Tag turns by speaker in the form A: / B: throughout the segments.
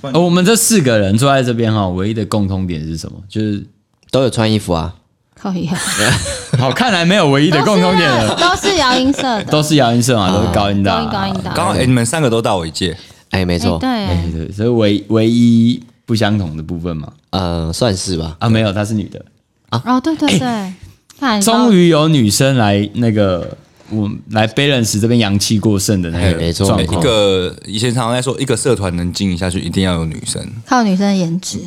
A: 不然
B: 呃我们这四个人坐在这边哈，唯一的共通点是什么？就是
C: 都有穿衣服啊，
D: 靠呀，
B: 好，看来没有唯一的共通点了，
D: 都是摇音社的，
B: 都是摇音社嘛，都是高音的
D: 高
B: 啊、
D: 音高音的，
A: 刚好哎、你们三个都大我一届，
C: 哎，没
D: 哎
C: 错，
B: 对
D: 对，
B: 对，所以唯唯一不相同的部分嘛。
C: 嗯，算是吧。
B: 啊，没有，她是女的，
D: 哦对对对，看
B: 终于有女生来那个。我来 balance 这边阳气过剩的那
C: 哎
B: 个
C: 没错
B: 状
C: 没
A: 一
C: 错
B: 况，
A: 个以前常常在说，一个社团能经营下去，一定要有女生。
D: 靠女生的颜值，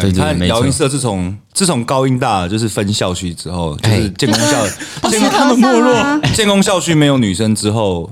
B: 对对
A: 你看
B: 没错
A: 摇音社自从自从高音大就是分校区之后，就
C: 哎
A: 是建工校，建工
D: 是和尚啊
A: 建工校区没有女生之后，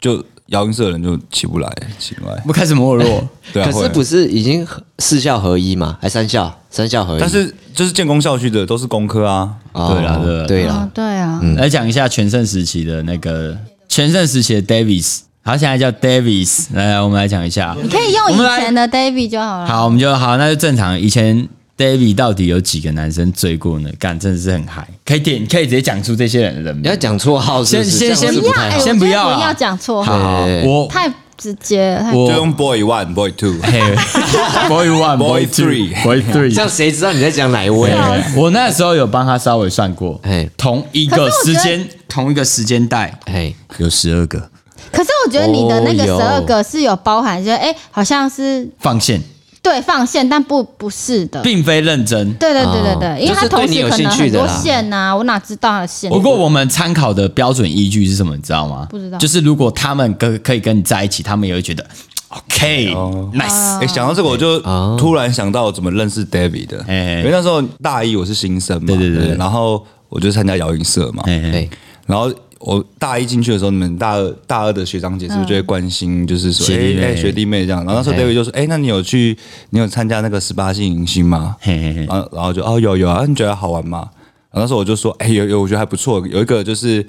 A: 就摇音社的人就起不来，起不来。
B: 不开始没落。
A: 对啊，
C: 可是
A: 会
C: 不是已经合四校合一嘛？还三校，三校合一。
A: 但是就是建工校区的都是工科啊，
C: 哦
B: 对啦对啦嗯
C: 对啦
D: 哦，对啊，
B: 来讲一下全盛时期的那个全盛时期的 Davis，他现在叫 Davis。来来，我们来讲一下。
D: 你可以用
B: 我
D: 以
B: 们来
D: 前的 David 就好了，
B: 啊好，我们就好，那就正常。以前 Davis 到底有几个男生追过呢？干，真的是很嗨，可以点，可以直接讲出这些人的人名
C: 你要。讲绰号是不是，
B: 先
C: 这样
B: 先
C: 是
D: 不
C: 不
D: 要，
C: 太
D: 哎
C: 好
D: 我
B: 先不
D: 觉得
B: 要啦
D: 不要讲错
B: 好，
D: 话，
B: 好
C: 对
B: 我
D: 太直接了，太
A: 就
B: 我
A: 用 boy one boy two，
B: 嘿 boy one boy
A: Boy
B: two
A: three
B: boy
C: 这
B: three
C: 样。谁知道你在讲哪一位？
B: 对我那时候有帮他稍微算过
C: 嘿，
B: 同一个
D: 可是我
B: 时
D: 觉得
B: 间，同一个时间带
C: 哎，
B: 有十二个
D: 可是我觉得你的那个
C: 哦有
D: 十二个是有包含，就是哎、好像是
B: 放线，
D: 对放线，但不不是的。
B: 并非认真。
D: 对对对对对，
C: 哦
D: 因
C: 就
D: 为
C: 是
D: 它同
C: 对你
D: 时
C: 有
D: 可
C: 兴
D: 能
C: 趣
D: 很
C: 的啦
D: 多线呐、我哪知道它的线？
B: 不过我们参考的标准依据是什么？你知道吗？
D: 不知道
B: 就是如果他们跟可以跟你在一起，他们也会觉得 OK、nice。
A: 哎、想到这个我就
C: 哦
A: 突然想到怎么认识 David 的，
B: 哎
A: 因为那时候大一我是新生嘛，
B: 对对对对
A: 然后我就参加摇音社嘛，
B: 哎、
C: 哎，
A: 然后我大一进去的时候，你们大二大二的学长姐
D: 嗯
A: 是不是就会关心，就是说，
B: 学弟
A: 哎、
B: 妹
A: 哎学弟妹这样。然后那时候
C: 哎
A: David 就说，哎、那你有去，你有参加那个十八系迎新吗？
B: 嘿嘿嘿，
A: 然后然后就哦有有啊，你觉得好玩吗？然后那时候我就说，哎、有有，我觉得还不错。有一个就是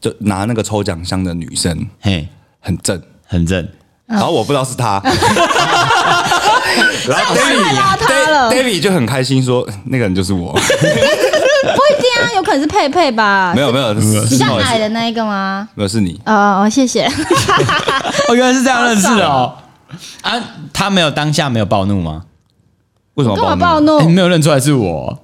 A: 就拿那个抽奖箱的女生
B: 嘿，
A: 很正，
B: 很正。
D: 嗯
A: 然后我不知道是 她。然后
D: 拉他
A: David
D: 了
A: David 就很开心说，那个人就 是我。
D: 不一定啊，有可能是佩佩吧？
A: 没有没有，是
D: 像矮
A: 没
D: 的那一个吗？
A: 有是你。
D: 哦哦，哦谢谢。
B: 哦，原来是这样认识的哦。啊，他没有当下没有暴怒吗？
A: 为什么
D: 干嘛
A: 要
D: 暴
A: 报
D: 怒？
B: 你、没有认出来是我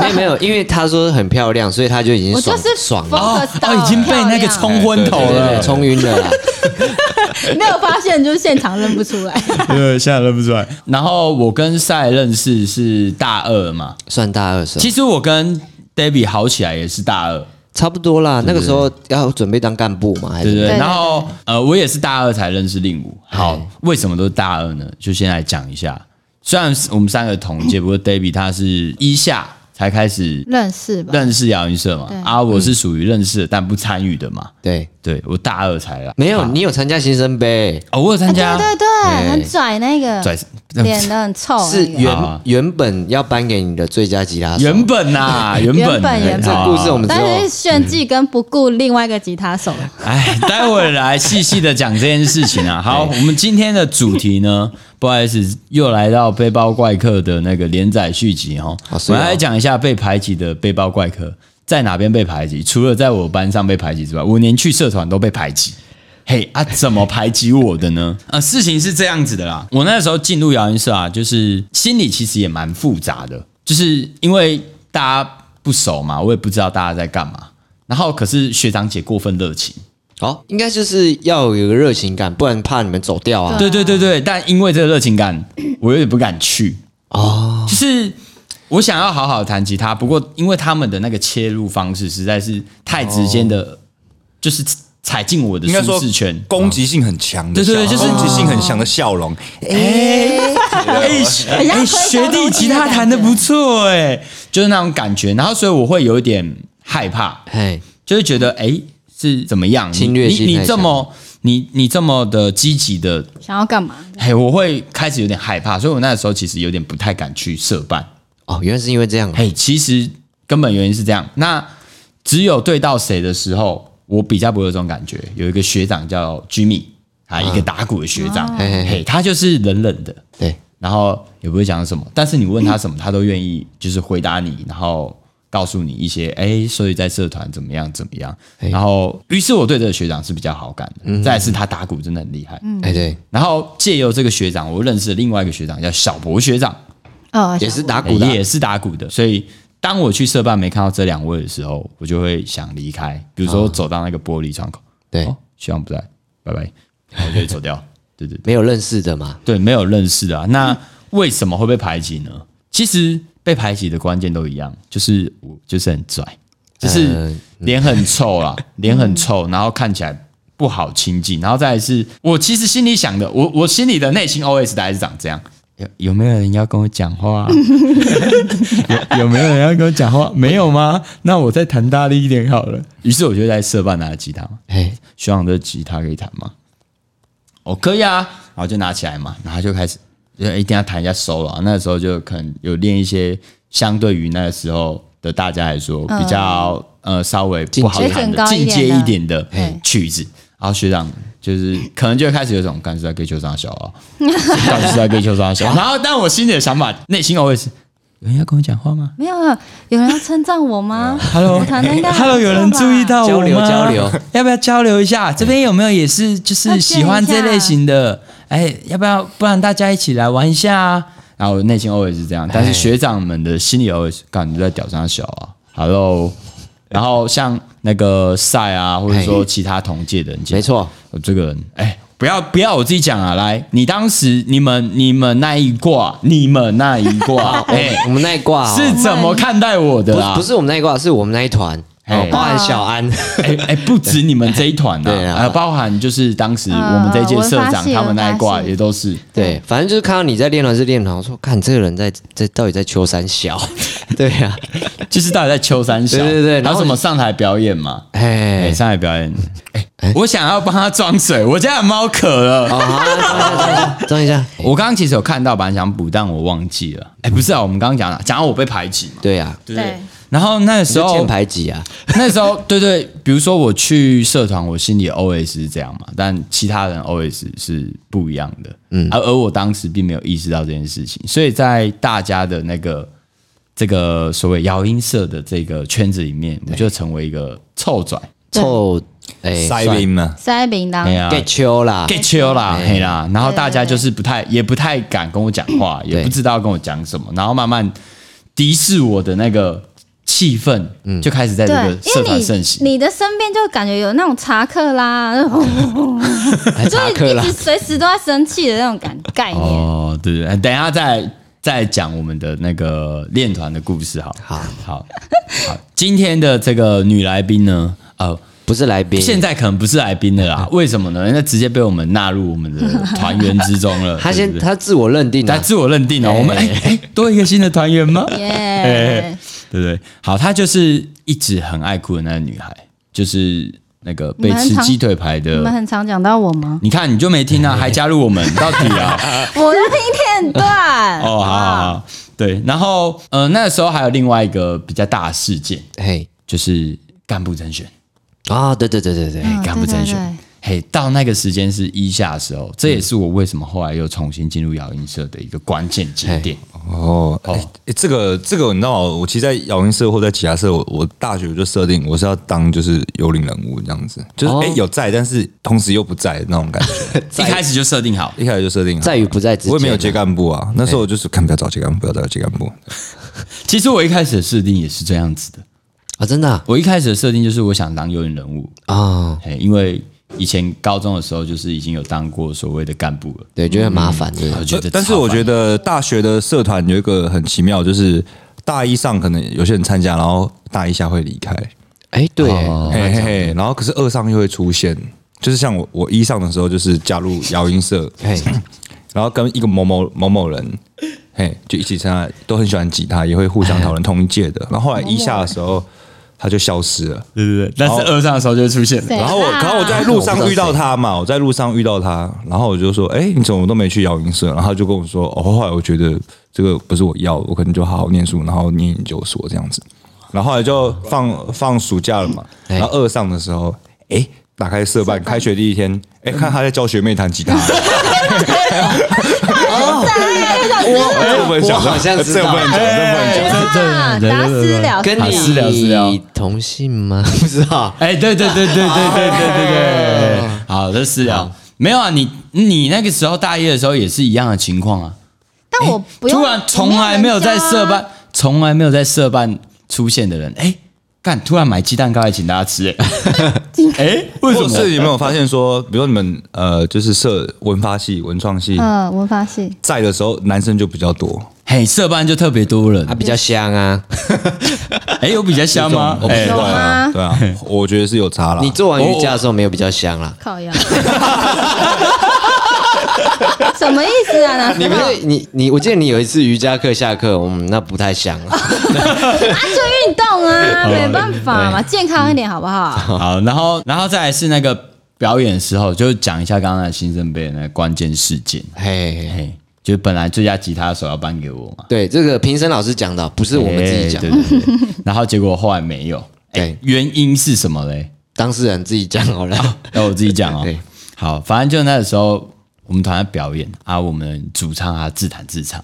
C: 没有没有，因为他说很漂亮，所以他就已经
D: 我
C: 爽
D: 就是
C: 爽了，
B: 哦
D: focus 到
B: 哦，已经被那个
D: 漂
B: 冲昏头
C: 对对对，
B: 了，
C: 冲晕了啦。
D: 亮没有发现，就是现场认不出来。
B: 对，现在认不出来。然后我跟赛认识是大二嘛，
C: 算大二生，
B: 其实我跟 David 好起来也是大二，
C: 差不多啦。那个时候要准备当干部嘛，还
B: 对
C: 是
B: 不对？
D: 对
B: 然后呃，我也是大二才认识令武。好，为什么都是大二呢？就先来讲一下。虽然是我们三个同届，不过 David 他是一下才开始
D: 认识 吧？
B: 认识摇音社嘛
D: 对，
B: 啊，我是属于认识的但不参与的嘛。
C: 对，
B: 对我大二才来，
C: 没有你有参加新生杯，
B: 哦，我有参
D: 对
B: 加，
D: 啊对对，很拽那个，
B: 哎拽
D: 脸的很臭、
C: 是
D: 那个。
B: 好啊
C: 原原本要颁给你的最佳吉他手，
B: 原本呐，原
D: 原本原本
B: 好啊
C: 这故事我们之
D: 但
C: 后
D: 是炫技跟不顾另外一个吉他手，
B: 哎，待会儿来细细的讲这件事情 啊。好，我们今天的主题呢， 不好意思，又来到背包怪客的那个连载续集哦。
C: 哦是
B: 我
C: 哦
B: 们来讲一下被排挤的背包怪客在哪边被排挤？除了在我班上被排挤之外，我连去社团都被排挤。嘿 啊，怎么排挤我的呢？啊，事情是这样子的啦，我那时候进入摇音社啊，就是心里其实也蛮复杂的，就是因为大家不熟嘛，我也不知道大家在干嘛。然后可是学长姐过分热情，
C: 哦，应该就是要有一个热情感，不然怕你们走掉啊。
B: 对对对对，但因为这个热情感，我有点不敢去哦。就是我想要好好弹吉他，不过因为他们的那个切入方式实在是太直接的，就是踩进我的
A: 应该说
B: 舒适圈。
A: 攻击性很强
B: 对
A: 的笑
B: 对
A: 容，
B: 对就是
A: 攻击性很强的笑容。
B: 哎、哎
D: 很像推销
B: 学弟
D: 东西
B: 吉
D: 的
B: 他
D: 感
B: 弹的
D: 觉
B: 不错哎、就是那种感觉。然后所以我会有一点害怕，
C: 嘿，
B: 就会觉得哎、是怎么样？你
C: 侵略性
B: 你
C: 太
B: 你这
C: 强
B: 么你你这么的积极的
D: 想要干嘛？
B: 嘿，我会开始有点害怕，所以我那时候其实有点不太敢去社办。
C: 哦，原来是因为这样啊。
B: 嘿，其实根本原因是这样。那只有对到谁的时候，我比较不会有这种感觉。有一个学长叫 Jimmy，啊，一个打鼓的学长，
C: 嘿嘿嘿
B: 嘿，他就是冷冷的，
C: 对，
B: 然后也不会讲什么，但是你问他什么，他都愿意就是回答你，然后告诉你一些，哎，所以在社团怎么样怎么样。然后，于是我对这个学长是比较好感的。再来是他打鼓真的很厉害。
C: 哎对，
B: 然后借由这个学长，我认识了另外一个学长叫小博学长，
D: 呃，
C: 也是打鼓的啊，
B: 也是打鼓的。所以当我去社办没看到这两位的时候，我就会想离开。比如说走到那个玻璃窗口，
C: 对，
B: 哦，学长不在，拜拜，然后我就走掉。对对对。
C: 没有认识的嘛，
B: 对，没有认识的、啊。那为什么会被排挤呢？其实被排挤的关键都一样，就是我就是很拽，就是
C: 嗯
B: 脸很臭 啦，脸很臭，然后看起来不好亲近，然后再来是我其实心里想的，我我心里的内心 OS 大概是长这样。有有没有人要跟我讲话、啊 有有没有人要跟我讲话？没有吗？那我再弹大力一点好了。于是我就在社办拿着吉他嘛，
C: 哎，
B: 学长的吉他可以弹吗？哦，可以啊，然后就拿起来嘛，然后就开始就一定要弹一下 solo 啊。那时候就可能有练一些，相对于那时候的大家来说比较、呃稍微不好弹的进
D: 进阶
B: 阶
D: 更
B: 一
D: 高一
B: 点的
D: 对
B: 曲子。然后学长就是可能就会开始有一种干是在给球上小啊， 干是在给球上小。然后但我心里的想法，内心 always 有人要跟我讲话吗？
D: 没有，有人要称赞我吗
B: Hello，
D: 我弹的应该
B: Hello，有人注意到我吗
C: 交流交流，
B: 要不要交流一下？这边有没有也是就是喜欢这类型的？哎，要不要？不然大家一起来玩一下啊！哎然后我内心 always 是这样，但是学长们的心里 always 感觉在屌上小啊，Hello。然后像那个赛啊，或者说其他同届的人，
C: 没错，
B: 我这个人，哎，不要不要我自己讲啊！来，你当时你们你们那一卦，你们那一 卦，哎，
C: 我们那一挂哦
B: 是怎么看待我的
C: 不
B: 啦？
C: 不是我们那一挂，是我们那一团，
B: 哎
C: 哦，包含小安，
B: 哎 哎，不止你们这一团呐、
C: 对啊
B: 呃，包含就是当时我们这一届社
D: 嗯我发
B: 长
D: 现
B: 他们那一
D: 我
B: 挂
D: 发现
B: 也都是，
C: 对，反正就是看到你在练团是练团，我说看这个人在在到底在秋山小， 对啊呀，
B: 就是到底在秋山小，
C: 对对对然
B: 然
C: 后
B: 后什么上台表演嘛，哎，
C: 哎，
B: 上台表演，哎，我想要帮他装水，我家的猫渴
C: 哦
B: 了。
C: 啊，装一下，
B: 我刚刚其实有看到，本来想补，但我忘记了。哎，不是啊，我们刚刚讲了，讲到我被排挤嘛，
C: 对啊呀，
B: 对不
D: 对
B: 对？然后那个
C: 你
B: 时
C: 就
B: 候
C: 欠，排挤啊，
B: 那时候对对，比如说我去社团，我心里 OS 是这样嘛，但其他人 OS 是不一样的，嗯，而而我当时并没有意识到这件事情，所以在大家的那个这个所谓摇音社的这个圈子里面，我就成为一个臭拽，
D: 对
C: 臭，哎，
A: 塞宾嘛，
D: 塞饼当
B: 哎，呀、
C: get 秋啦，
B: get 秋啦，嘿啦，然后大家就是不太也不太敢跟我讲话，也不知道跟我讲什么，然后慢慢敌视我的那个气氛，就开始在这
D: 对
B: 个，社
D: 因为
B: 团盛行哦
D: 你。你的身边就感觉有那种查克啦，
C: 还
D: 就
C: 查
D: 是
C: 克
D: 一
C: 啦
D: 直，随时都在生气的那种感概念。
B: 哦，对对，哎等一下再再讲我们的那个练团的故事，好，
C: 好
B: 好，好。今天的这个女来宾呢，呃，
C: 哦不是来宾，
B: 现在可能不是来宾的啦，为什么呢？那直接被我们纳入我们的团员之中了。
C: 他
B: 对
C: 先
B: 不对
C: 他自我认定
B: 来
C: 了，
B: 自我认定哦，
C: 哎
B: 我们哎哎，多一个新的团员 吗？
D: 耶，
B: 对不对？好，她就是一直很爱哭的那个女孩，就是那个被
D: 你们很
B: 吃
D: 常
B: 鸡腿排
D: 你们
B: 的。
D: 很常讲到我吗？
B: 你看，你就没听啊，还加入我们，到底啊？
D: 我在听片段。
B: 哦，好好
D: 啊，
B: 好，对。然后呃，那时候还有另外一个比较大的事件，
C: 嘿，
B: 就是干部甄选，
C: 啊，对对对对对，
B: 哎、干部甄选。
D: 嗯对对对
B: 嘿，到那个时间是一下的时候，这也是我为什么后来又重新进入摇音社的一个关键节点。
A: 哦哦、诶这个这个你知道，我其实，在摇音社或在其他社，我我大学我就设定我是要当就是幽灵人物这样子，就是哎、
C: 哦
A: 诶有在，但是同时又不在的那种感 觉。
B: 一开始就设定好，
A: 一开始就设定好
C: 在与不在之间啊
A: 我也没有接干部啊。那时候我就是看不要找接干部，不要找接干部。
B: 其实我一开始的设定也是这样子的。
C: 啊，真的啊
B: 我一开始的设定就是我想当幽灵人物，
C: 啊，
B: 嘿，因为以前高中的时候就是已经有当过所谓的干部了，
C: 对，觉得很麻烦，对，
B: 我觉得
A: 但是我
B: 得。
A: 觉得大学的社团有一个很奇妙，就是大一上可能有些人参加，然后大一下会离开，
C: 哎，对，
A: 嘿嘿嘿，然后可是二上又会出现，就是像我我一上的时候就是加入摇音社，
C: 嘿，
A: 然后跟一个某某某某人，嘿，就一起参加，都很喜欢吉他，也会互相讨论同一届的。然后后来一下的时候，他就消失了。
B: 对对对，但是二上的时候就会出现了。
C: 哎
D: 谁
A: 然后我，
D: 啊
A: 然后我就在路上遇到他嘛，我在路上遇到他，然后我就说：“哎、你怎么都没去摇音社？”然后他就跟我说：“哦，后来我觉得这个不是我要的，我可能就好好念书，然后念研究所这样子。”然后后来就放放暑假了嘛，
C: 哎
A: 然后二上的时候，哎、打开社
C: 啊
A: 办，开学第 一天，哎、看他在教学妹弹吉他，
D: 对，就想
A: 哦这个不能讲，
C: 啊我好像知道
A: 这个不能讲，这个不能讲。
D: 啊
B: 对对对对对
D: 达私了，
C: 跟
B: 啊私聊私聊
C: 你同性吗？不知道，
B: 哎，对对对对对对对对对， 好，这是啊，没有啊，你你那个时候大一的时候也是一样的情况啊，
D: 但我不用，
B: 突然从来没有在
D: 啊
B: 社办，从来没有在社办出现的人，哎，干，突然买鸡蛋糕来请大家吃，哎， 哎，为什
A: 或者是
B: 么？
A: 有没有发现说，比如说你们呃，就是社文发系、文创系、
D: 嗯，文发系，
A: 在的时候，男生就比较多。
B: 嘿，社办就特别多人
C: 他，比较香啊。
B: 哎，有比较香吗？
A: 我不
B: 哎
A: 知道啊
D: 有吗
A: 对啊， 我觉得是有差啦。
C: 你做完瑜伽的时候没有比较香啦？
D: 靠腰， 什么意思 啊？那
C: 你不是你你，我记得你有一次瑜伽课下课，嗯，那不太香啊。
D: 啊，就运动
B: 哦
D: 啊，没办法嘛，健康一点好不好？
B: 哎好，然后然后再来是那个表演的时候，就讲一下刚刚的新生杯的那个关键事件。
C: 嘿，嘿
B: 嘿，就是本来最佳吉他手要颁给我嘛，
C: 对，这个评审老师讲的，不是我们自己讲
B: 哎，对对对然后结果后来没有，哎
C: 对，
B: 原因是什么嘞？
C: 当事人自己讲好了。
B: 要我自己讲哦
C: 对。
B: 好，反正就那个时候我们团在表演啊，我们主唱啊自弹自唱，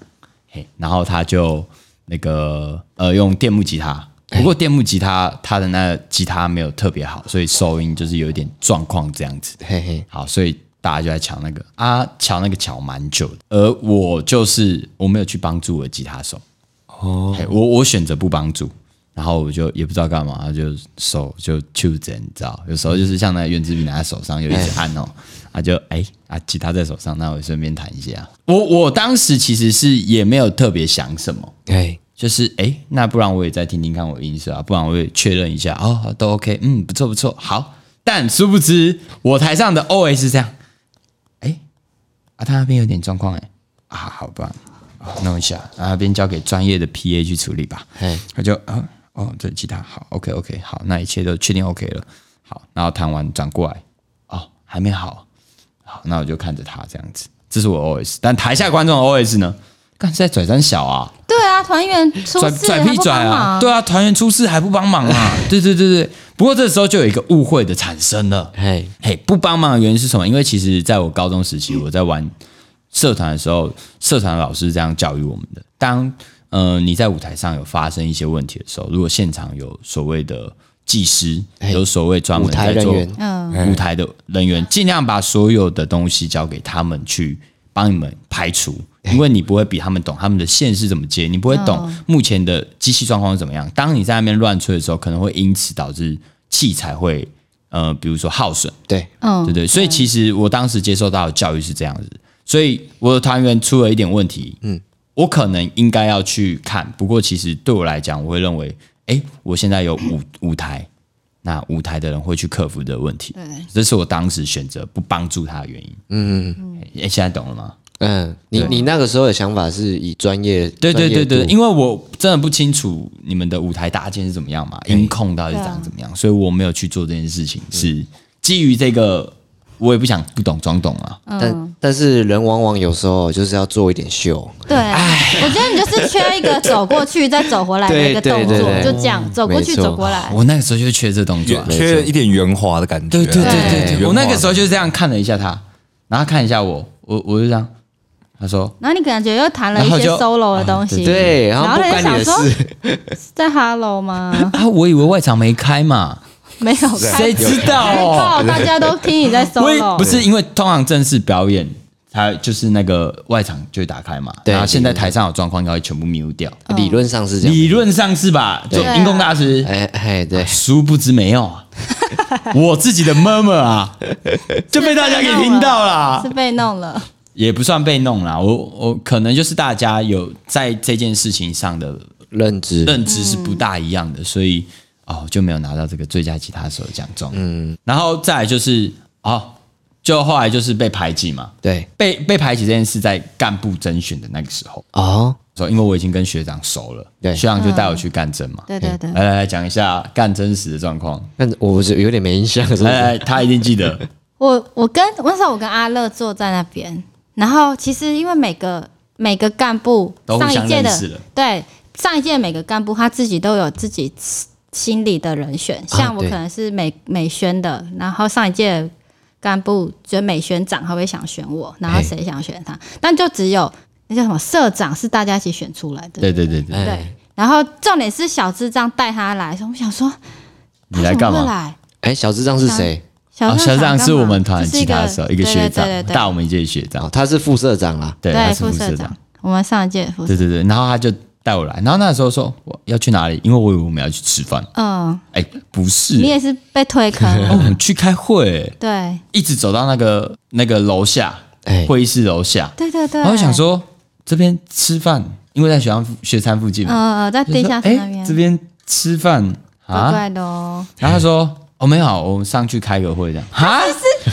B: 嘿，然后他就那个呃用电木吉他。不过电木吉他他的那个吉他没有特别好，所以收音就是有一点状况这样子。
C: 嘿嘿，
B: 好，所以大家就在抢那个啊，抢那个抢蛮久的。而我就是我没有去帮助我的吉他手，哦，我我选择不帮助，然后我就也不知道干嘛，然后就手就 choose，你知道，有时候就是像那个圆珠笔拿在手上，有一直按哦，啊就哎、啊吉他在手上，那我顺便弹一下。我我当时其实是也没有特别想什么，
C: 嘿，
B: 就是哎、诶那不然我也再听听看我的音色啊，不然我也确认一下哦，都 OK，嗯，不错不错，好。但殊不知我台上的 OS 是这样，哎、啊，他那边有点状况哎，啊，好吧，弄一下，啊，那边交给专业的 PA 去处理吧。
C: 嘿，
B: 他就啊，哦，对，吉他好，OK OK，好，那一切都确定 OK 了，好，然后弹完转过来，哦，还没好，好，那我就看着他这样子，这是我的 OS，但台下观众的 OS 呢，干是在拽三小啊。
D: 对啊，团员出
B: 拽
D: 事
B: 拽
D: 还
B: 屁
D: 不
B: 拽
D: 帮
B: 啊！
D: 忙，
B: 对啊，团员出事还不帮忙啊！对对对对，不过这时候就有一个误会的产生了。
C: 嘿，
B: 嘿，不帮忙的原因是什么？因为其实在我高中时期，我在玩社团的时候，社团老师这样教育我们的：当呃你在舞台上有发生一些问题的时候，如果现场有所谓的技师，
C: 嘿
B: 有所谓专
C: 舞
B: 门
C: 台
B: 在
C: 人
B: 做
C: 员，
D: 嗯，
B: 舞台的人员，尽量把所有的东西交给他们去帮你们排除，因为你不会比他们懂他们的线是怎么接，你不会懂目前的机器状况是怎么样。当你在那边乱吹的时候，可能会因此导致器材会呃，比如说耗损，
C: 对，
D: 嗯，
B: 对对，所以其实我当时接受到的教育是这样子，所以我的团员出了一点问题，嗯，我可能应该要去看，不过其实对我来讲，我会认为，哎，我现在有舞舞台，那舞台的人会去克服的问题，
D: 对，
B: 这是我当时选择不帮助他的原因，嗯，哎，现在懂了吗？
C: 嗯，你你那个时候的想法是以专业，
B: 对对对对，
C: 专业度
B: 因为我真的不清楚你们的舞台搭建是怎么样嘛，音控到底是长怎
D: 啊
B: 么样，所以我没有去做这件事情，是基于这个，我也不想不懂装懂啊。
D: 嗯
C: 但但是人往往有时候就是要做一点秀，
D: 对，啊我觉得你就是缺一个走 过去再走回来的一个动
C: 对对
D: 作，
C: 对对
D: 就这样走过去
C: 没错
D: 走过来。
B: 我那个时候就缺这动作啊、
A: 缺缺一点圆滑的感觉。啊
B: 对对对对
A: 圆滑
B: 对，我那个时候就是这样看了一下他，然后看一下我，我我就这样，他说
D: 然后你感觉又弹了一
B: 然后
D: 些
B: 就
D: solo 的东西，
C: 对，然后
D: 然
C: 哎不
D: 后他
C: 关
D: 就
C: 你的
D: 想说
C: 事，
D: 在 hello 吗？
B: 啊，我以为外场没开嘛，
D: 没有
B: 谁
D: 开
B: 知道
D: 开
B: 哦？
D: 爆，大家都听你在
B: 我也
D: solo，
B: 不是因为通常正式表演，它就是那个外场就会打开嘛，
C: 对
B: 然后现在台上有状况，应该会全部 mute 掉，
D: 嗯
C: 理论上是这样，
B: 理论上是吧？就
D: 对啊
B: 音控大师，
C: 哎哎对，
B: 殊不知没有 啊，我自己的妈妈啊，就被大家给听到啦
D: 是，被弄了，
B: 也不算被弄啦，我我可能就是大家有在这件事情上的
C: 认知，
B: 认知是不大一
D: 嗯
B: 样的，所以哦就没有拿到这个最佳吉他手的奖状。嗯，然后再来就是哦，就后来就是被排挤嘛，
C: 对，
B: 被被排挤这件事在干部甄选的那个时候，
C: 哦，
B: 说因为我已经跟学长熟了，
C: 对
B: 学长就带我去干甄嘛。
D: 对对对，
B: 来来来，讲一下干真实的状况。
C: 但是我是有点没印象，
D: 嗯
C: 是不
B: 来
C: 是？
B: 来，他一定记 得。
D: 我我跟那时候我跟阿乐坐在那边，然后其实因为每个每个干部
B: 都互
D: 上
B: 相
D: 一届的
B: 认识了
D: 对上一届每个干部他自己都有自己心里的人选，
B: 啊
D: 像我
C: 对
D: 可能是美、美宣的，然后上一届干部觉得美宣长他会想选我，然后谁想选他，但就只有那叫什么社长是大家一起选出来的，
B: 对对对对，
C: 哎
D: 对。然后重点是小智障带他来，我们想说
B: 你来干
D: 他怎么会
B: 嘛？
D: 来？
C: 哎，小智障是谁？
D: 小
B: 哦
D: 智
B: 小
D: 想
B: 长
D: 干
B: 是
D: 嘛
B: 我们团
D: 就是
B: 吉他手，一个学长
D: 对对对，对
B: 大我们一届的学长
C: 哦，，他是副社长啦。
B: 对，他
D: 对
B: 是副社长
D: 长，，我们上一届的副
B: 对
D: 社长，
B: 对对，然后他就带我来，然后那时候说我要去哪里，因为我以为我们要去吃饭，
D: 嗯，
B: 哎，不是
D: 你，也是被推 坑
B: 哦，我
D: 了，
B: 们去开会，
D: 对
B: 一直走到那个那个楼下
C: 哎，
B: 会议室楼下，
D: 对对对。
B: 哦然后我想，说这边吃饭，因为在学校附学餐附近嘛，
D: 嗯，呃在
B: 就说
D: 地下室那
B: 哎
D: 边，
B: 这边吃饭
D: 怪
B: 啊，
D: 怪的哦。
B: 然后他说。哦，没有，我们上去开个会这样啊，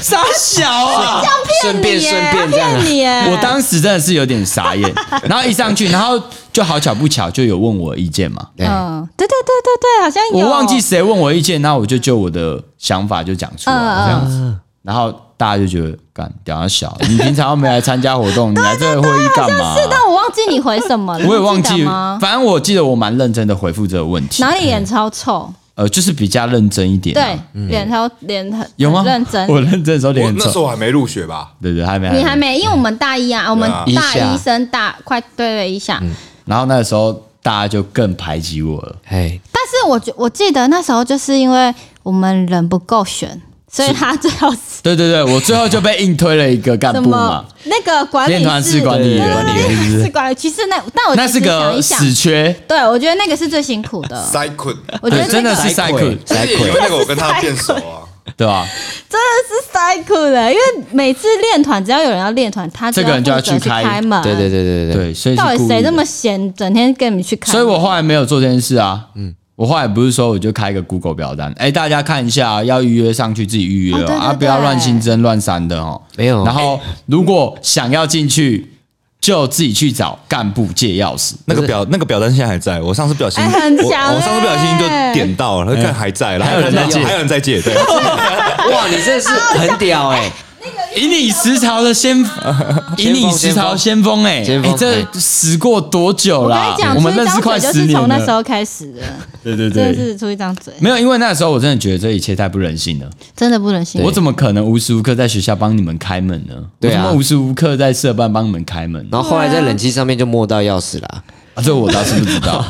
B: 傻小啊！
C: 顺便顺便这样
D: 哎骗
C: 啊，
D: 你耶！
B: 我当时真的是有点傻眼，然后一上去，然后就好巧不巧就有问我意见嘛，
C: 哎
D: 嗯，对对对对对，好像有。
B: 我忘记谁问我意见，那我就就我的想法就讲出来
D: 嗯
B: 这样子，然后大家就觉得干屌他小，你平常又没来参加活动，你来这个会议干嘛？
D: 但我忘记你回什么了，
B: 我也
D: 你
B: 忘
D: 记
B: 记
D: 得吗，？
B: 反正我记得我蛮认真的回复这个问题
D: 然，后你脸超臭，
B: 呃，就是比较认真一点啊、
D: 对，脸超脸很
B: 有吗？
D: 很认真。
B: 我认真的时候脸很臭，
A: 候还没入学吧？
B: 对对，还没，
D: 你还。没，因为我们大一啊，我们
C: 一
D: 大
C: 下
D: 一升大快对对一
B: 嗯
D: 下，
B: 然后那时候大家就更排挤我了，
C: 哎，
D: 但是我觉我记得那时候就是因为我们人不够选，所以他最后是
B: 对对对，我最后就被硬推了一个干
D: 什
B: 部嘛
D: 么。那个管
B: 练
D: 理
B: 团是
D: 室
B: 管理员，管理员是不
D: 是
B: 是？
D: 管理，其实那但我
B: 那是
D: 其实想
B: 个
D: 一想，
B: 死缺，
D: 对我觉得那个是最辛苦的，
A: Cycle，
D: 我觉得
B: 对真的
D: 那个
B: 是塞困，
A: 但是也有那个我跟他变熟啊，
B: 对吧？
D: 真的是塞苦的，因为每次练团只要有人要练团，他
B: 这个人就要
D: 负责
B: 去
D: 去
B: 开
D: 门，
C: 对对对对对
B: 对，所以是
D: 到底
B: 故意
D: 谁
B: 的
D: 这么闲，整天跟你们去开
B: 所
D: 门？
B: 以我后来没有做这件事啊。嗯，我后来不是说我就开一个 Google 表单，哎，大家看一下，要预约上去自己预约
D: 哦对
B: 哦
D: 对
B: 啊，
D: 对
B: 不要乱新增乱删的哦。
C: 没有
B: 然后如果想要进去，就自己去找干部借钥匙。
A: 那个表那个表单现在还在，我上次不小心，
D: 哎很强
A: 我我上次不小心就
D: 哎
A: 点到了，看还在，然后
B: 还有人在借
A: 还有人在借，对，
C: 对，哇，你真的是很屌哎，
B: 引领时潮的 先，引领时潮先锋哎、
C: 先锋
B: 哎这死过多久
D: 我跟
B: 啦
D: 你？讲，
B: 我们认识
D: 出
B: 快
D: 一张嘴
B: 十
D: 就是
B: 年
D: 从那时
B: 了。
D: 候开始的，
B: 对对
D: 真的
B: 对，
D: 是出一张嘴，
B: 没有，因为那时候我真的觉得这一切太不人性了。
D: 真的不能信。
B: 我怎么可能无时无刻在学校帮你们开门呢？
C: 对
B: 我怎
C: 啊
B: 么无时无刻在社办帮你们开门？
C: 然后后来在冷气上面就摸到钥匙啦，
B: 啊，这我倒是不知道。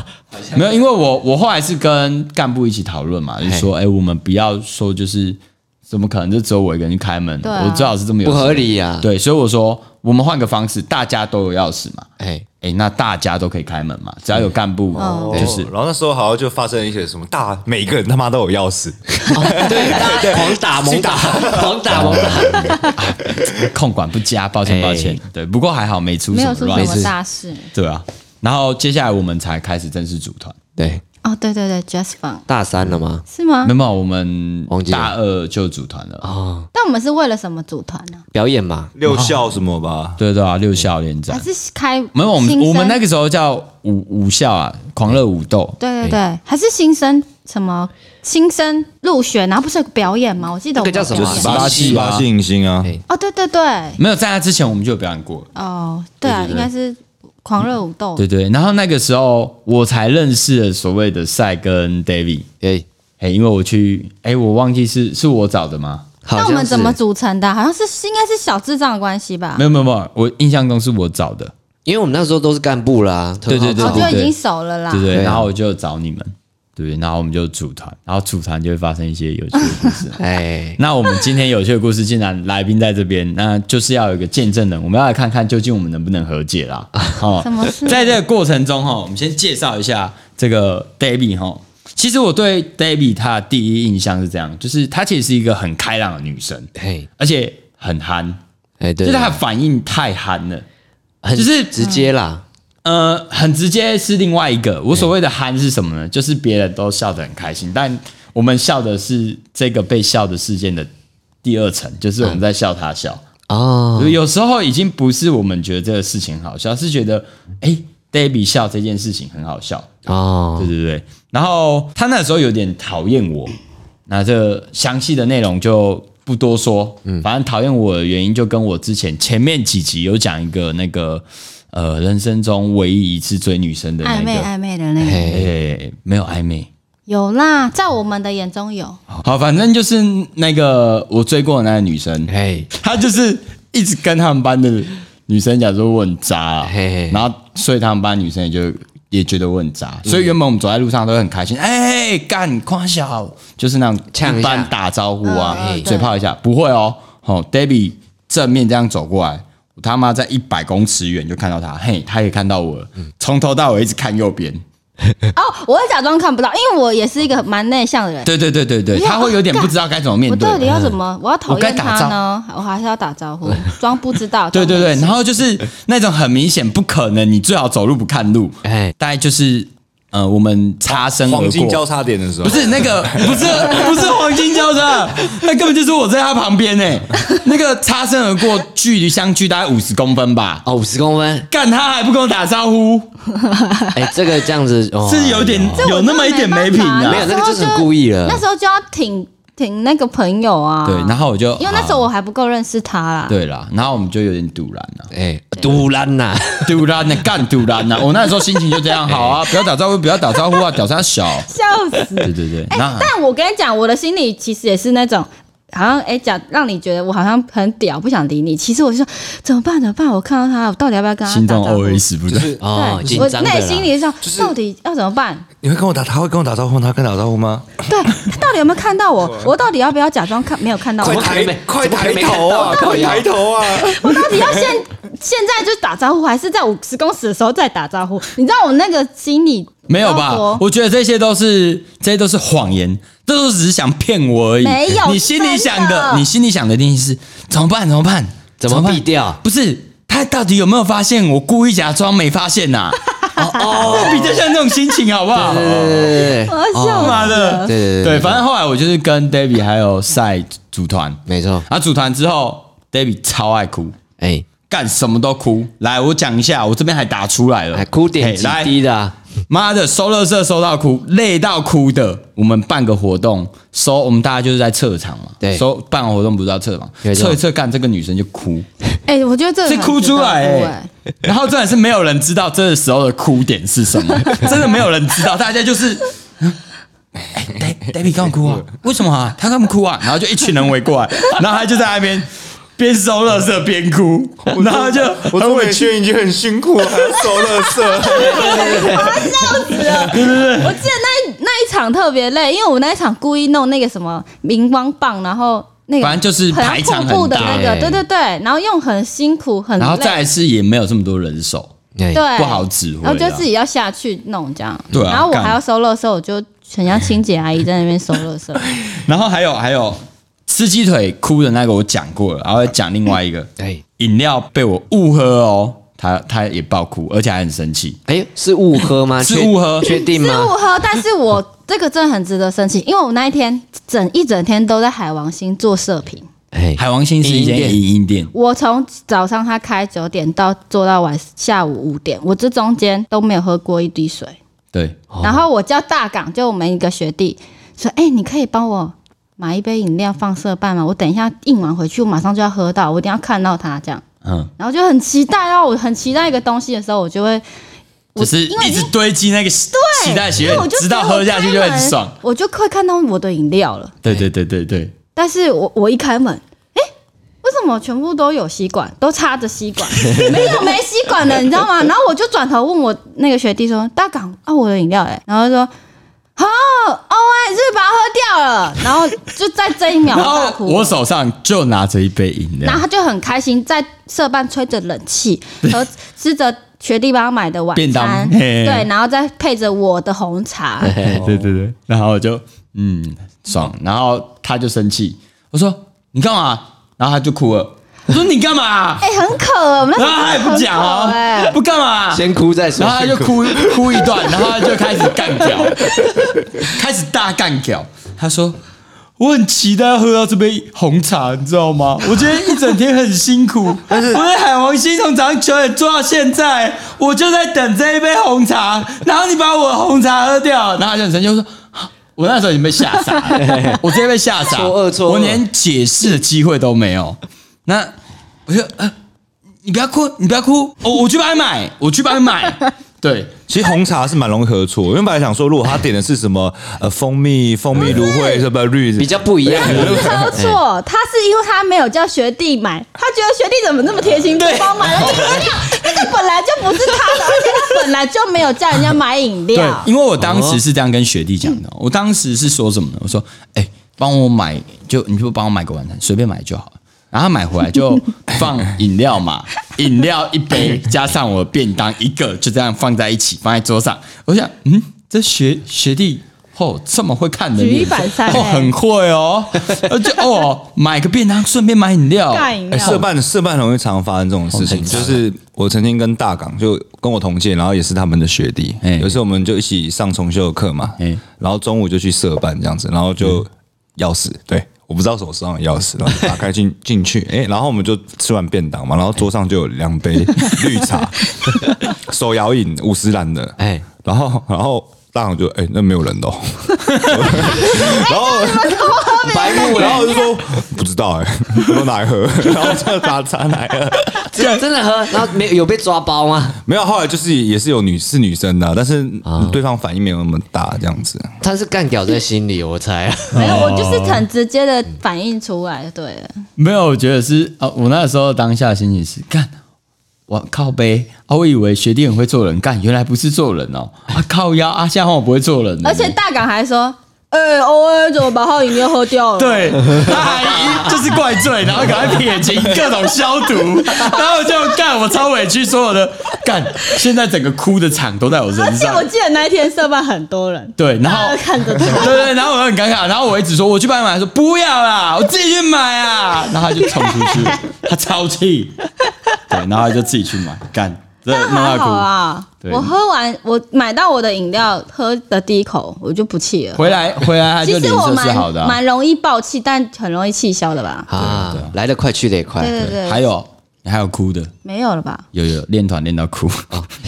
B: 没有，因为我我后来是跟干部一起讨论嘛，就说，哎、我们不要说就是怎么可能就只有我一个人去开门？
D: 对啊
B: 我最好是这么有
C: 不合
B: 钱
C: 理呀，
B: 对，所以我说我们换个方式，大家都有钥匙嘛，
C: 哎，
B: 哎，那大家都可以开门嘛，只要有干部，
A: 嗯
B: 就是
A: 哦然后那时候好像就发生一些什么大，每个人他妈都有钥匙，
C: 对，大家狂打猛打，狂打猛打，
B: 啊控管不佳，抱歉抱歉。对，不过还好没出
D: 没
B: 什么
D: 有出
B: 乱
D: 什
B: 子
D: 么，大事？
B: 对啊。然后接下来我们才开始正式组团，
C: 对，
D: 哦，对对对，just fun
C: 大三了吗？
D: 是吗
B: 没？有，我们
C: 忘记了
B: 大二就组团了。
C: 哦，
D: 但我们是为了什么组团呢？
C: 表演嘛，
A: 六校什么吧，
B: 对对啊，六校连
D: 还
B: 战，
D: 是开
B: 没有我们
D: 新生
B: 我们那个时候叫五五校啊，狂热武斗。
D: 对对对，还是新生什么新生入学，然后不是有个表演吗？我记得我们
C: 那个叫什么
D: 有
C: 啊
D: 表演
A: 十八
B: 系
A: 系八系迎新啊，
C: 哎
D: 哦，对对对，
B: 没有，在那之前我们就有表演过了。
D: 哦，对啊，应该是狂热舞斗，
B: 对对，然后那个时候我才认识了所谓的赛跟 David。
C: 哎，
B: 哎，因为我去，哎，我忘记是是我找的吗？
C: 好
D: 那我
C: 像
D: 们
C: 是
D: 怎么组成的啊？好像是应该是小智障的关系吧
B: 没？有没有没有，我印象中是我找的，
C: 因为我们那时候都是干部啦，
B: 对对对
D: 哦，
C: 很好
D: 就
C: 找
D: 已经熟了啦
B: 对。对。
C: 对啊
B: 然后我就找你们，对，然后我们就组团，然后组团就会发生一些有趣的故事。
C: 哎，
B: 那我们今天有趣的故事，既然来宾在这边，那就是要有一个见证人，我们要来看看究竟我们能不能和解啦。哦
D: 什么事，
B: 在这个过程中哈，我们先介绍一下这个 Debbie 哈。其实我对 Debbie 她的第一印象是这样，就是她其实是一个很开朗的女生，
C: 嘿，
B: 而且很憨，
C: 哎，
B: 就
C: 对，
B: 是她的反应太憨了。
C: 很
B: 就是
C: 直接啦，
B: 呃，很直接是另外一个。我所谓的憨是什么呢？就是别人都笑得很开心，但我们笑的是这个被笑的事件的第二层，就是我们在笑他笑。
C: 哦，
B: 有时候已经不是我们觉得这个事情好笑，是觉得哎、d a b i e 笑这件事情很好笑，
C: 哦
B: 对，对对。然后他那时候有点讨厌我，那这详细的内容就不多说。反正讨厌我的原因就跟我之前前面几集有讲一个那个呃，人生中唯一一次追女生的那
D: 暧昧
B: 个，
D: 暧昧的那个
C: 嘿
B: 哎，没有暧昧。
D: 有啦，在我们的眼中有，哦
B: 好，反正就是那个我追过的那个女生，
C: 哎，
B: 她就是一直跟他们班的女生假如说我很渣啊
C: 嘿嘿，
B: 然后所以他们班女生也就也觉得我很渣，所以原本我们走在路上都会很开心，哎、干夸小，就是那种
C: 呛一下
B: 一般打招呼啊
D: 嗯嗯，
B: 嘴炮一下，不会哦，哦，Debbie 正面这样走过来。我他妈在一百公尺远就看到他，嘿，他也看到我了，从头到尾一直看右边。
D: 哦，我会假装看不到，因为我也是一个蛮内向的人。
B: 对对对对对，
D: 没有
B: 他会有点不知道该怎么面
D: 我
B: 哎对。嗯
D: 到底要怎么？我要讨
B: 我该
D: 厌
B: 打
D: 他
B: 招
D: 呢？我还是要打招呼，装不知 道。
B: 对对
D: 装没
B: 对，
D: 事
B: 然后就是那种很明显不可能，你最好走路不看路，
C: 哎，
B: 大概就是呃，我们擦身而
A: 黄金
B: 过
A: 交。叉点的时候，
B: 不是那 个，不是不是黄金交叉，那根本就是我在他旁边呢、那个擦身而过，距离相距大概五十公分吧。
C: 哦，五十公 分，
B: 干他还不跟我打招呼，
C: 哎，这个这样子哦
B: 是有点
D: 这
B: 有
D: 我
B: 那么一点
D: 真的
B: 没
D: 没
B: 品
D: 办
B: 啊
D: 法
C: 没。有那个就是很故意了
D: 那时候就要挺挺那个朋友啊。
B: 呃对，然后我就
D: 因为那时候
B: 好
D: 我还不够认识他啦。
B: 对啦，然后我们就有点堵然了、
C: 哎，突然呐，
B: 堵然呢、干堵然呢、我那时候心情就这样，好 啊，
D: 哎
B: 不要打招呼，不要打招呼啊，屌他小，
D: 笑死！
B: 对对
D: 哎
B: 对，那、
D: 但我跟你讲，我的心里其实也是那种，好像哎，讲、让你觉得我好像很屌，不想理你。其实我就说怎么办？怎么办？我看到他，我到底要不要跟他
B: 心
D: 打
B: 中
D: 招呼？
B: OS 不
A: 就
B: 对，
A: 是
C: 哦，
D: 对，
C: 紧
D: 我
C: 张的
D: 内
C: 啦
D: 心里是说，到底要怎么办？
A: 你会跟我打，他会跟我打招呼吗，他跟打招呼吗？
D: 对 他到底有没有看 到我？我到底要不要假装看没有看到我？
C: 快抬
A: 快
C: 怎么可
A: 抬
C: 能没看
A: 头啊！
C: 到
A: 快抬头 啊！
D: 我到底要现现在就打招呼，还是在五十公尺的时候再打招呼？你知道我那个心里
B: 没有
D: 要
B: 吧
D: 多？
B: 我觉得这些都是这些都是谎言，这都只是想骗我而已。
D: 没有
B: 你心里想
D: 真
B: 的，
D: 的
B: 你心里想的一定是怎么办？怎么办？
C: 怎么
B: 办
C: 避掉
B: 不是他到底有没有发现？我故意假装没发现 呐、哦，比较像这种心情，好不好？
C: 对对
D: 我要笑
B: 妈
D: 死
B: 的，
D: 了。
C: 对对
B: 对，反正后来我就是跟 David 还有赛组团，
C: 没错，
B: 然后组团之后，David 超爱哭。
C: 哎，
B: 干什么都哭，来，我讲一下，我这边还打出来了，
C: 哎，哭点
B: 嘿
C: 极
B: 来
C: 低的啊，
B: 妈的，收垃圾收到哭，累到哭的。我们办个活动，收我们大家就是在撤场嘛，
C: 对
B: 收办完活动不是要撤场，
C: 没错
B: 撤一撤干，这个女生就哭，
D: 哎、我觉得这个
B: 是
D: 很
B: 哭
D: 值得
B: 出来、
D: 哭
B: 欸，然后真的是没有人知道这时候的哭点是什么，真的没有人知道，大家就是。哎，David 干嘛哭啊？为什么啊？他干嘛哭啊？然后就一群人围过来，然后他就在那边边收垃圾边哭，然后就很委屈。
A: 已经很辛苦了，还要收垃圾。
D: 对我记得那一那一场特别累，因为我那一场故意弄那个什么荧光棒，然后那个
B: 反正就是
D: 很像
B: 排场很
D: 瀑布的
B: 大哎
D: 那个，
C: 对
D: 对对对，然后用很辛苦很累，
B: 然后再来是也没有这么多人手，
C: 哎
D: 对
B: 不好指挥啦啊
D: 然后就自己要下去弄这样。
B: 对啊
D: 然后我
B: 干
D: 还要收垃圾，我就很像清洁阿姨在那边收垃圾。
B: 然后还有还有吃鸡腿哭的那个我讲过了，然后讲另外一个
C: 哎
B: 饮料被我误喝哦，他他也爆哭，而且还很生气。
C: 哎，是误喝吗？
B: 是
C: 确
B: 误喝
C: 确定
D: 是误
C: 吗？
D: 喝，但是我 这个真的很值得生气，因为我那一天整一整天都在海王星做射频。
C: 哎，
B: 海王星是一间
C: 饮
B: 影音店，
D: 我从早上他开九点到做到晚下午五点，我这中间都没有喝过一滴水。
B: 对，
D: 然后我叫大港，就我们一个学弟说：“哎、你可以帮我买一杯饮料放射棒吗？我等一下印完回去，我马上就要喝到，我一定要看到他这样。”
B: 嗯，
D: 然后就很期待哦，我很期待一个东西的时候，我就会
B: 只
D: 我
B: 是
D: 因为
B: 一直
D: 因为
B: 堆积那个期待喜
D: 因为我
B: 悦，
D: 就
B: 直到喝下去就很爽。
D: 我就快看到我的饮料了。
B: 对对对对对，
D: 但是我我一开门，哎，为什么全部都有吸管，都插着 吸管，没有没吸管的，你知道吗？然后我就转头问我那个学弟说：“大港啊，我的饮料嘞？”然后他说。哦哦哎，是把它喝掉了，然后就在这一秒
B: 然
D: 大
B: 后
D: 哭。哦
B: 我手上就拿着一杯饮料
D: 然后，他就很开心，在社办吹着冷气，和吃着学弟帮他买的晚
B: 便当
D: 餐，
B: 嘿
D: 对，然后再配着我的红 茶，
B: 对对对对，然后我就嗯爽，然后他就生气，我说你干嘛？然后他就哭了，我说你干嘛？
D: 哎、很渴，我们那时
B: 然后
D: 候
B: 他也
D: 真的
B: 啊不
D: 很
B: 讲
D: 渴哎、
B: 哦，不干嘛？
C: 先哭再说
B: 然，后他就哭哭一段，然后他就开始干 掉，开始大干掉。他说：“我很期待喝到这杯红茶，你知道吗？ 我今天一整天很辛苦，我在海王星从早上九点做到现在，我就在等这一杯红茶。然后你把我的红茶喝掉，然后他就很生气，我说。”啊我那时候已经被吓傻 了，我直接被吓傻，
C: 错愕错愕
B: 我连解释的机会都没有。那哦 我就、呃你不要哭，你不要哭，我我去帮你买，我去帮你买。对，
A: 其实红茶是蛮容易合错，因为本来想说，如果他点的是什么呃蜂蜜、蜂蜜芦荟什么绿子，
C: 比较不 一样。
D: 喝
B: 哎
D: 错，他是因为他没有叫学弟买，他觉得学弟怎么这么贴 心，不帮买了饮料，那个本来就不是他的，而且他本来就没有叫人家买饮
B: 对
D: 料，。嗯
B: 因为我当时是这样跟学弟讲的，我当时是说什么呢？我说，哎、帮我买，就你就帮我买个晚餐，随便买就好了。然后他买回来就放饮料 嘛，饮料一杯加上我的便当一个，就这样放在一起，放在桌上。我想，嗯，这学学弟。哦，这么会看人
D: 举一
B: 脸色，
D: 反三
B: 哦，
D: 欸
B: 很会 哦，而且哦，买个便当顺便买饮料，
D: 干饮
A: 哎，社
D: 料，
A: 办社办很容易常发生这种事
B: 哦
A: 情，就是我曾经跟大港就跟我同届，然后也是他们的学弟
B: 哎，
A: 有时候我们就一起上重修的课嘛
B: 哎，
A: 然后中午就去社办这样子，然后就钥匙，对，我不知道手上有钥匙， 然后就打开进进去，哎，然后我们就吃完便当嘛，然后桌上就有两杯绿 茶，手摇饮五十兰的，
C: 哎，
A: 然后然后大港就哎那没有人的哦， 然后。
C: 白目
A: 然
C: 了，
A: 后我就说不知道哎、 我拿来喝，然后就拿茶来喝。
C: 真真的喝，然后没有被抓包吗？
A: 没有，后来就是也是有女是女生的啊、但是对方反应没有那么大，这样子。
C: 他是干屌在心里，我猜。
D: 没有，我就是很直接的反映出来就对了。
B: 没有，我觉得是啊，我那时候当下的心情是干，我靠背啊，我以为学弟很会做人，干原来不是做人哦，啊靠腰啊，现在换我不会做人了，
D: 而且大港还说：“哎，欧恩怎么把号饮料喝掉了？”，
B: 对，他还就是怪罪，然后赶快撇清各种消 毒，然后就干，我超委屈，所有的干，现在整个哭的场都在我
D: 而
B: 身
D: 且我呃
B: 上，
D: 记得那一天社办很多人，
B: 对，然
D: 大
B: 后
D: 家。看 着他，
B: 对对，然后我很尴尬，然后我一直说我去帮你买，他说不要啦，我自己去买 啊，然后他就冲出去，他超气，对，然后他就自己去买，干，这
D: 但
B: 弄
D: 还
B: 他
D: 好
B: 哭。
D: 啊。
B: 对
D: 我喝完，我买到我的饮料喝的第一口，我就不气了。
B: 回来回来，他就
D: 其实
B: 脸色
D: 我
B: 是
D: 蛮
B: 好的啊、
D: 蛮容易暴气，但很容易气消的吧？
C: 啊，来得快去得也快
D: 对。对对，
B: 还有还有哭的，
D: 没有了吧？
B: 有有练团练到哭。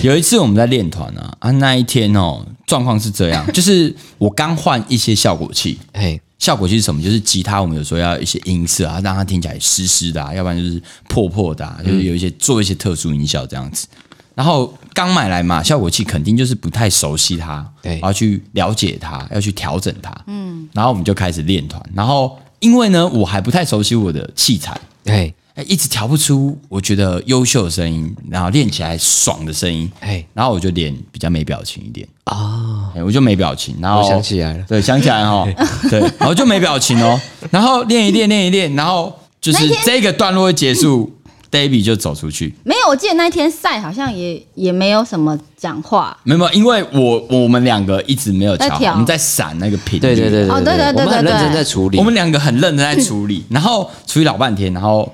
B: 有一次我们在练团啊啊那一天哦，状况是这样，就是我刚换一些效果器，
C: 哎，
B: 效果器是什么？就是吉他，我们有时候要一些音色啊，让它听起来湿湿的、啊，要不然就是破破的、啊，就是有一些做一些特殊音效这样子。然后刚买来嘛，效果器肯定就是不太熟悉它，
C: 对
B: 然后去了解它，要去调整它，嗯，然后我们就开始练团。然后因为呢，我还不太熟悉我的器材，
C: 哎，
B: 哎，一直调不出我觉得优秀的声音，然后练起来爽的声音，
C: 哎
B: 然后我就脸比较没表情一点啊、哎我就没表情，然后
C: 我想起来了
B: 对，想起来 哈，对，然后就没表情哦，然后练一练，练一练，然后就是这个段落一结束，Davy 就走出去，
D: 没有，我记得那一天赛好像也也没有什么讲话。
B: 没有，没有因为我我们两个一直没有调
D: 在
B: 好，
D: 调
B: 我们在闪那个频率，
C: 对对对对
D: 哦对对对
C: 我们很
D: 对对
C: 认真在处理
B: 我。们两个很认真在处理，然后处理老半天，然后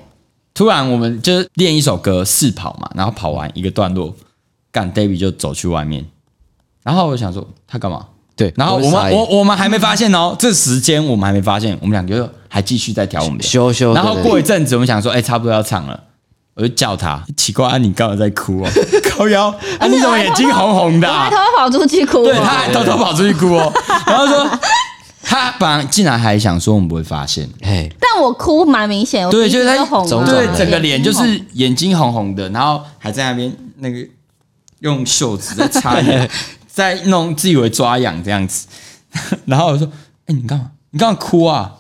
B: 突然我们就是练一首歌试跑嘛，然后跑完一个段落，干 David 就走去外面，然后我想说他干嘛？
C: 对，
B: 然后我
C: 傻
B: 们
C: 眼
B: 我我们还没发现哦，这时间我们还没发现，我们两个就还继续在调我们的。
C: 羞羞的
B: 然后过一阵子，我们想说，哎，差不多要唱了。我就叫他，奇怪啊，你干嘛在哭 哦？高腰，啊，你怎么眼睛红红的、
D: 我
B: 啊
D: 还？偷偷跑出去哭
B: 对，
D: 哦
B: 他还偷偷跑出去哭 哦，然后说他本来竟然还想说我们不会发现，
C: 哎，
D: 但我哭蛮明显，我
B: 对，
D: 哦鼻
B: 就
D: 子
B: 是他
D: 都红
C: 肿
D: 了，
C: 肿的
B: 对，整个脸就是眼睛红红的，然后还在那边那个用袖子在擦 眼，在弄自以为抓痒这样子， 然后我说：“哎、你干嘛？你干嘛哭 啊？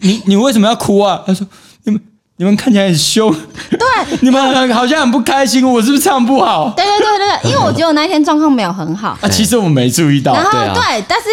B: 你你为什么要哭啊？”他说：“你们你们看起来很凶，
D: 对。
B: 你们好像很不开心，我是不是唱不好
D: 对对对对对，因为我觉得我那一天状况没有很好，
B: 啊？”其实我没注意到
D: 然，后
C: 对啊
D: 对，但是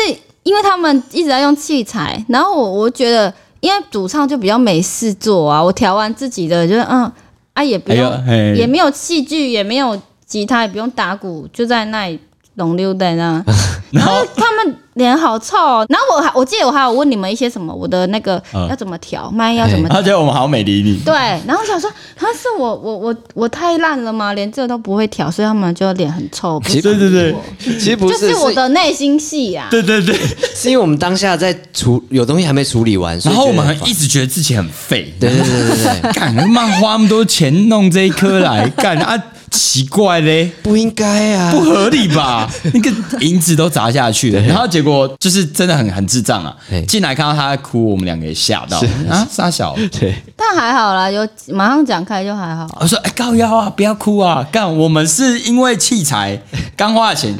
D: 因为他们一直在用器材，然后我我觉得，因为主唱就比较没事做啊，我调完自己的，就是嗯啊也不用、
B: 哎呦嘿
D: 也没有器具，也没有吉他，也不用打鼓，就在那里拢溜在那。
B: 然
D: 然
B: 后
D: 后他们脸好臭、哦，然后我还我记得我还有问你们一些什么，我的那个
B: 嗯哎
D: 要怎么调，麦要怎么
B: 然后觉得我们好像没理你。
D: 对，然后想说，他是我我我我太烂了吗？连这都不会调，所以他们就脸很臭。不
C: 其
B: 对对对
C: 其实不，
D: 就是是我
C: 是
D: 的内心戏啊呀、
B: 对对对，
C: 是因为我们当下在处有东西还没处理完，所
B: 然
C: 以
B: 后我
C: 觉得
B: 们
C: 很
B: 还一直觉得自己很废，
C: 对对对对对对，
B: 干，他妈花那么多钱弄这一颗来 干啊！奇怪嘞，
C: 不应该啊
B: 不，合理吧？ 那个银子都砸下去了，然后结果就是真的很很智障啊
C: 对！
B: 进来看到他在哭，我们两个也吓到啊，傻小。
C: 对，
D: 但还好啦，有马上讲开就还 好。
B: 我说：“哎、高腰啊，不要哭啊！干，我们是因为器材 刚花的钱，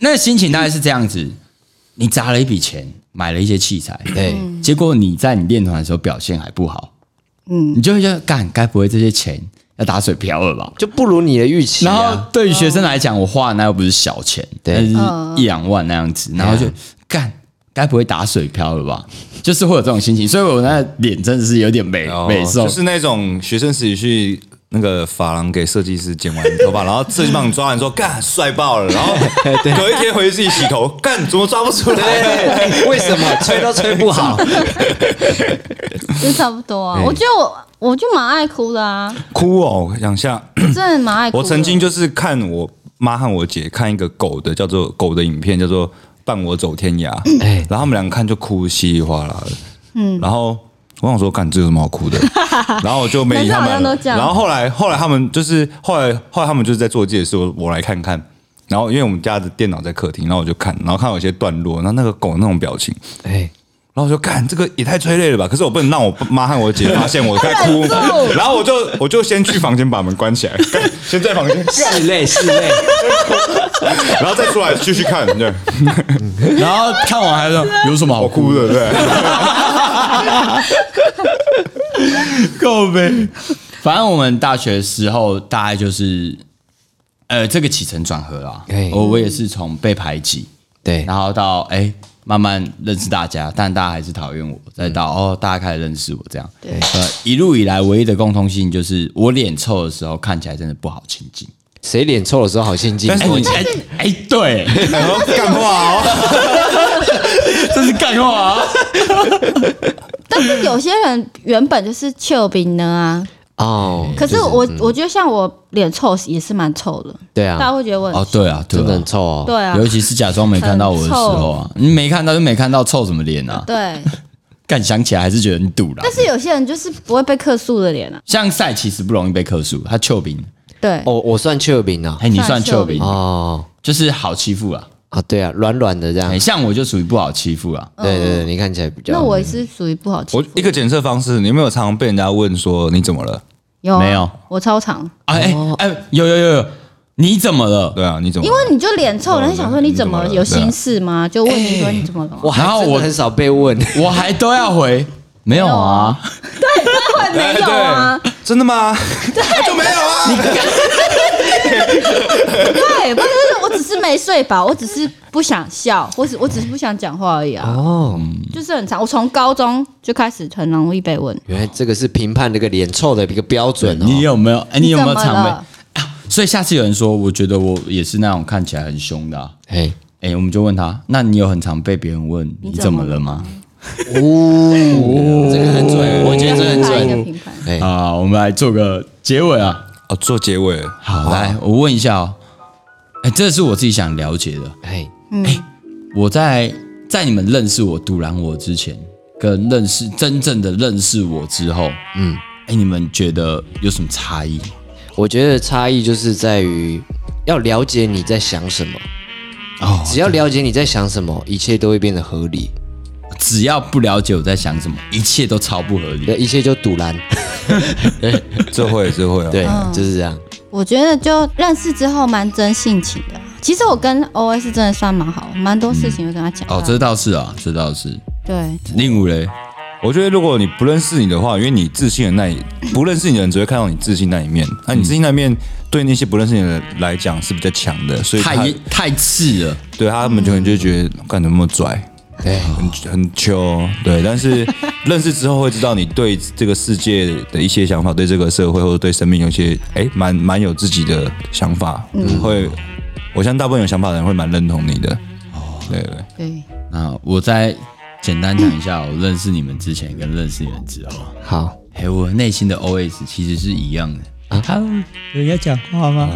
B: 那个心情大概是这样子：你砸了一笔钱，买了一些器材，
C: 对，
B: 结果你在你练团的时候表现还不好，嗯，你就会觉得干，该不会这些钱要打水漂了吧？
C: 就不如你的预期
B: 然后
C: 啊，
B: 对于学生来讲，我花的那又不是小钱，
C: 对
B: 但是一两万那样子，然后就干，该不会打水漂了吧？就是会有这种心情，所以我那脸真的是有点美美瘦
A: 哦就，是那种学生时期去那个发廊给设计师剪完头发，然后设计帮你抓完说干帅爆了，然后隔一天回去自己洗头，干怎么抓不出来？
C: 对，为什么吹都吹不好？
D: 就差不多
A: 哎
D: 啊。我觉得我我就蛮爱哭的 啊，
A: 哭哦，我想一下，
D: 我真的蛮爱哭的。
A: 我曾经就是看我妈和我姐看一个狗的叫做狗的影片，叫做《伴我走天涯》，
C: 哎
A: 然后他们两个看就哭稀里哗啦的，嗯，然后。我想说，干这有什么好哭的？然后我就没理
D: 男
A: 他
D: 生好像
A: 们了
D: 都。这样
A: 然后后来，后来他们就是后来，后来他们就是在做这些事，我我来看看。然后因为我们家的电脑在客厅，然后我就看，然后看到有些段落，然后那个狗那种表情，
C: 哎，
A: 然后我就干这个也太催泪了吧！可是我不能让我妈和我姐发现我在哭，然后我就我就先去房间把门关起来，干先在房间，
C: 室内室内，
A: 然后再出来继续看，对，
B: 然后看完还说有什么好
A: 我哭
B: 哭的？
A: 的，对，
B: 够呗。反正我们大学时候大概就是，呃，这个起承转合啦
C: 哎。
B: 我我也是从被排挤，
C: 对，
B: 然后到哎、慢慢认识大家，但大家还是讨厌我，再到、哦大家开始认识我这样。
D: 对
B: 呃，一路以来唯一的共通性就是我脸臭的时候看起来真的不好亲近。
C: 谁脸臭的时候好心境
A: 但？是我
B: 哎哎，对，
A: 干话哦，
B: 这是干话、啊。
D: 但是有些人原本就是俏饼呢啊，
C: 哦，
D: 可是
C: 就
D: 我
A: 嗯
D: 我觉得像我脸臭也是蛮臭的，
C: 对
D: 大家
C: 啊，
D: 会觉得我很
B: 哦，对啊，对
C: 真的
B: 啊
C: 很。臭哦，
D: 对啊，
B: 尤其是假装没看到我的时候啊，你没看到就没看到，臭什么脸啊？
D: 对。
B: 干想起来还是觉得你堵了。
D: 但是有些人就是不会被客诉的脸啊，
B: 像赛其实不容易被克数，他臭饼，
D: 对，
A: 哦
C: 我哦我算雀饼啊，
B: 哎，你算臭饼，
C: 哦
B: 就是好欺负啊。
C: 啊，对啊，软软的这样
B: 哎，，像我就属于不好欺负啊。
C: 对对对，你看起来比较
D: 嗯那我也是属于不好欺
A: 我
D: 负。
A: 一个检测方式，你有没有常常被人家问说你怎么了？
D: 有啊
B: 没有？
D: 我超常，
B: 啊哎哎，有有有有，你怎么了？
A: 对啊，你怎么
D: 因
A: 了？
D: 为你就脸臭，人家想说你怎么了
A: 你怎么了啊
D: 有心事吗？就问你说你怎么了吗？
C: 我还
B: 然后
C: 真的
B: 我
C: 很少被问，
B: 我还都要回，没有啊，
D: 没有啊，
A: 哎真的吗？就没有啊，
D: 对，不是，我只是没睡饱，我只是不想笑，我只我只是不想讲话而已啊，
C: 哦，
D: 就是很长。我从高中就开始很容易被问，
C: 原来这个是评判这个脸臭的一个标准哦。
B: 你有没有？哎，你有没有
D: 你怎么
B: 常被
D: 了？
B: 啊所以下次有人说，我觉得我也是那种看起来很凶的啊。
C: 哎，
B: 哎，我们就问他，那你有很常被别人问你
D: 你
B: 怎
D: 怎么
B: 么了吗？
C: 哦，这个很准，我觉得这很
D: 评判一个
C: 准。
D: 评判，
C: 哎，
B: 啊，我们来做个结尾啊。
A: 哦，做结尾了，
B: 好，来，我问一下哦，哎，这是我自己想了解的。
C: 哎，
D: 嗯，
B: 我在在你们认识我、堵拦我之前，跟认识真正的认识我之后，嗯，哎，你们觉得有什么差异？
C: 我觉得差异就是在于要了解你在想什么，
B: 哦，
C: 只要了解你在想什么，一切都会变得合理，
B: 只要不了解我在想什么，一切都超不合理。
C: 对，一切就堵拦，
A: 这会这会啊，
C: 对，就是这样。
D: 我觉得就认识之后蛮真性情的。啊其实我跟 O S 真的算蛮好，蛮多事情会跟他讲到。
B: 哦，这倒是啊，这倒是。
D: 对，
B: 令武嘞，
A: 我觉得如果你不认识你的话，因为你自信的那一不认识你的人只会看到你自信那一面，那、你自信那一面对那些不认识你的人来讲是比较强的，所以他
B: 太太次了，
A: 对他们就可能就觉得干怎么那么拽，
C: 对，
A: 很很秋，对。但是认识之后会知道你对这个世界的一些想法，对这个社会或者对生命有一些哎蛮蛮有自己的想法，
B: 嗯
A: 会我相信大部分有想法的人会蛮认同你的。对对，
D: 对，
B: 那我再简单讲一下，我认识你们之前跟认识你们之后啊，
C: 好，
B: 嘿，我内心的 OS 其实是一样的。Hello，有人要讲话吗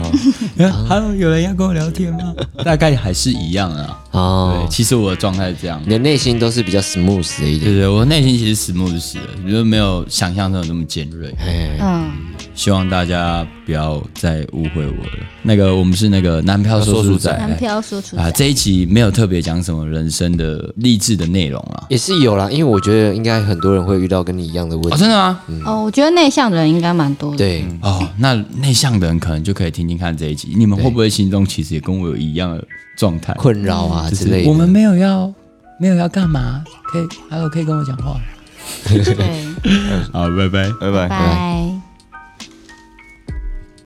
B: ？Hello，有人要跟我聊天吗？大概还是一样啊。
C: 哦
B: 对，，其实我的状态是这样
C: 你。的内心都是比较 smooth 的一
B: 对
C: 点，
B: 对，我内心其实死木是死的，就是没有想象中的那么尖锐。
C: 哎，
D: 嗯，
B: 希望大家不要再误会我了。那个，我们是那个南漂说书仔
D: 南漂说出
B: 啊，
D: 来，
B: 这一集没有特别讲什么人生的励志的内容啊。
C: 也是有啦，因为我觉得应该很多人会遇到跟你一样的问
B: 哦，
C: 题，
B: 真的吗？
D: 哦，我觉得内向的人应该蛮多的。
C: 对，
B: 哦，那内向的人可能就可以听听看这一集，你们会不会心中其实也跟我有一样的状态？
C: 困扰啊
B: 嗯就
C: 之
B: 是
C: 类
B: 我们
C: 的。
B: 没有要，没有要干嘛？可以，还有可以跟我讲话。
D: 对，
B: 好，拜拜。
A: 拜拜。
D: 拜。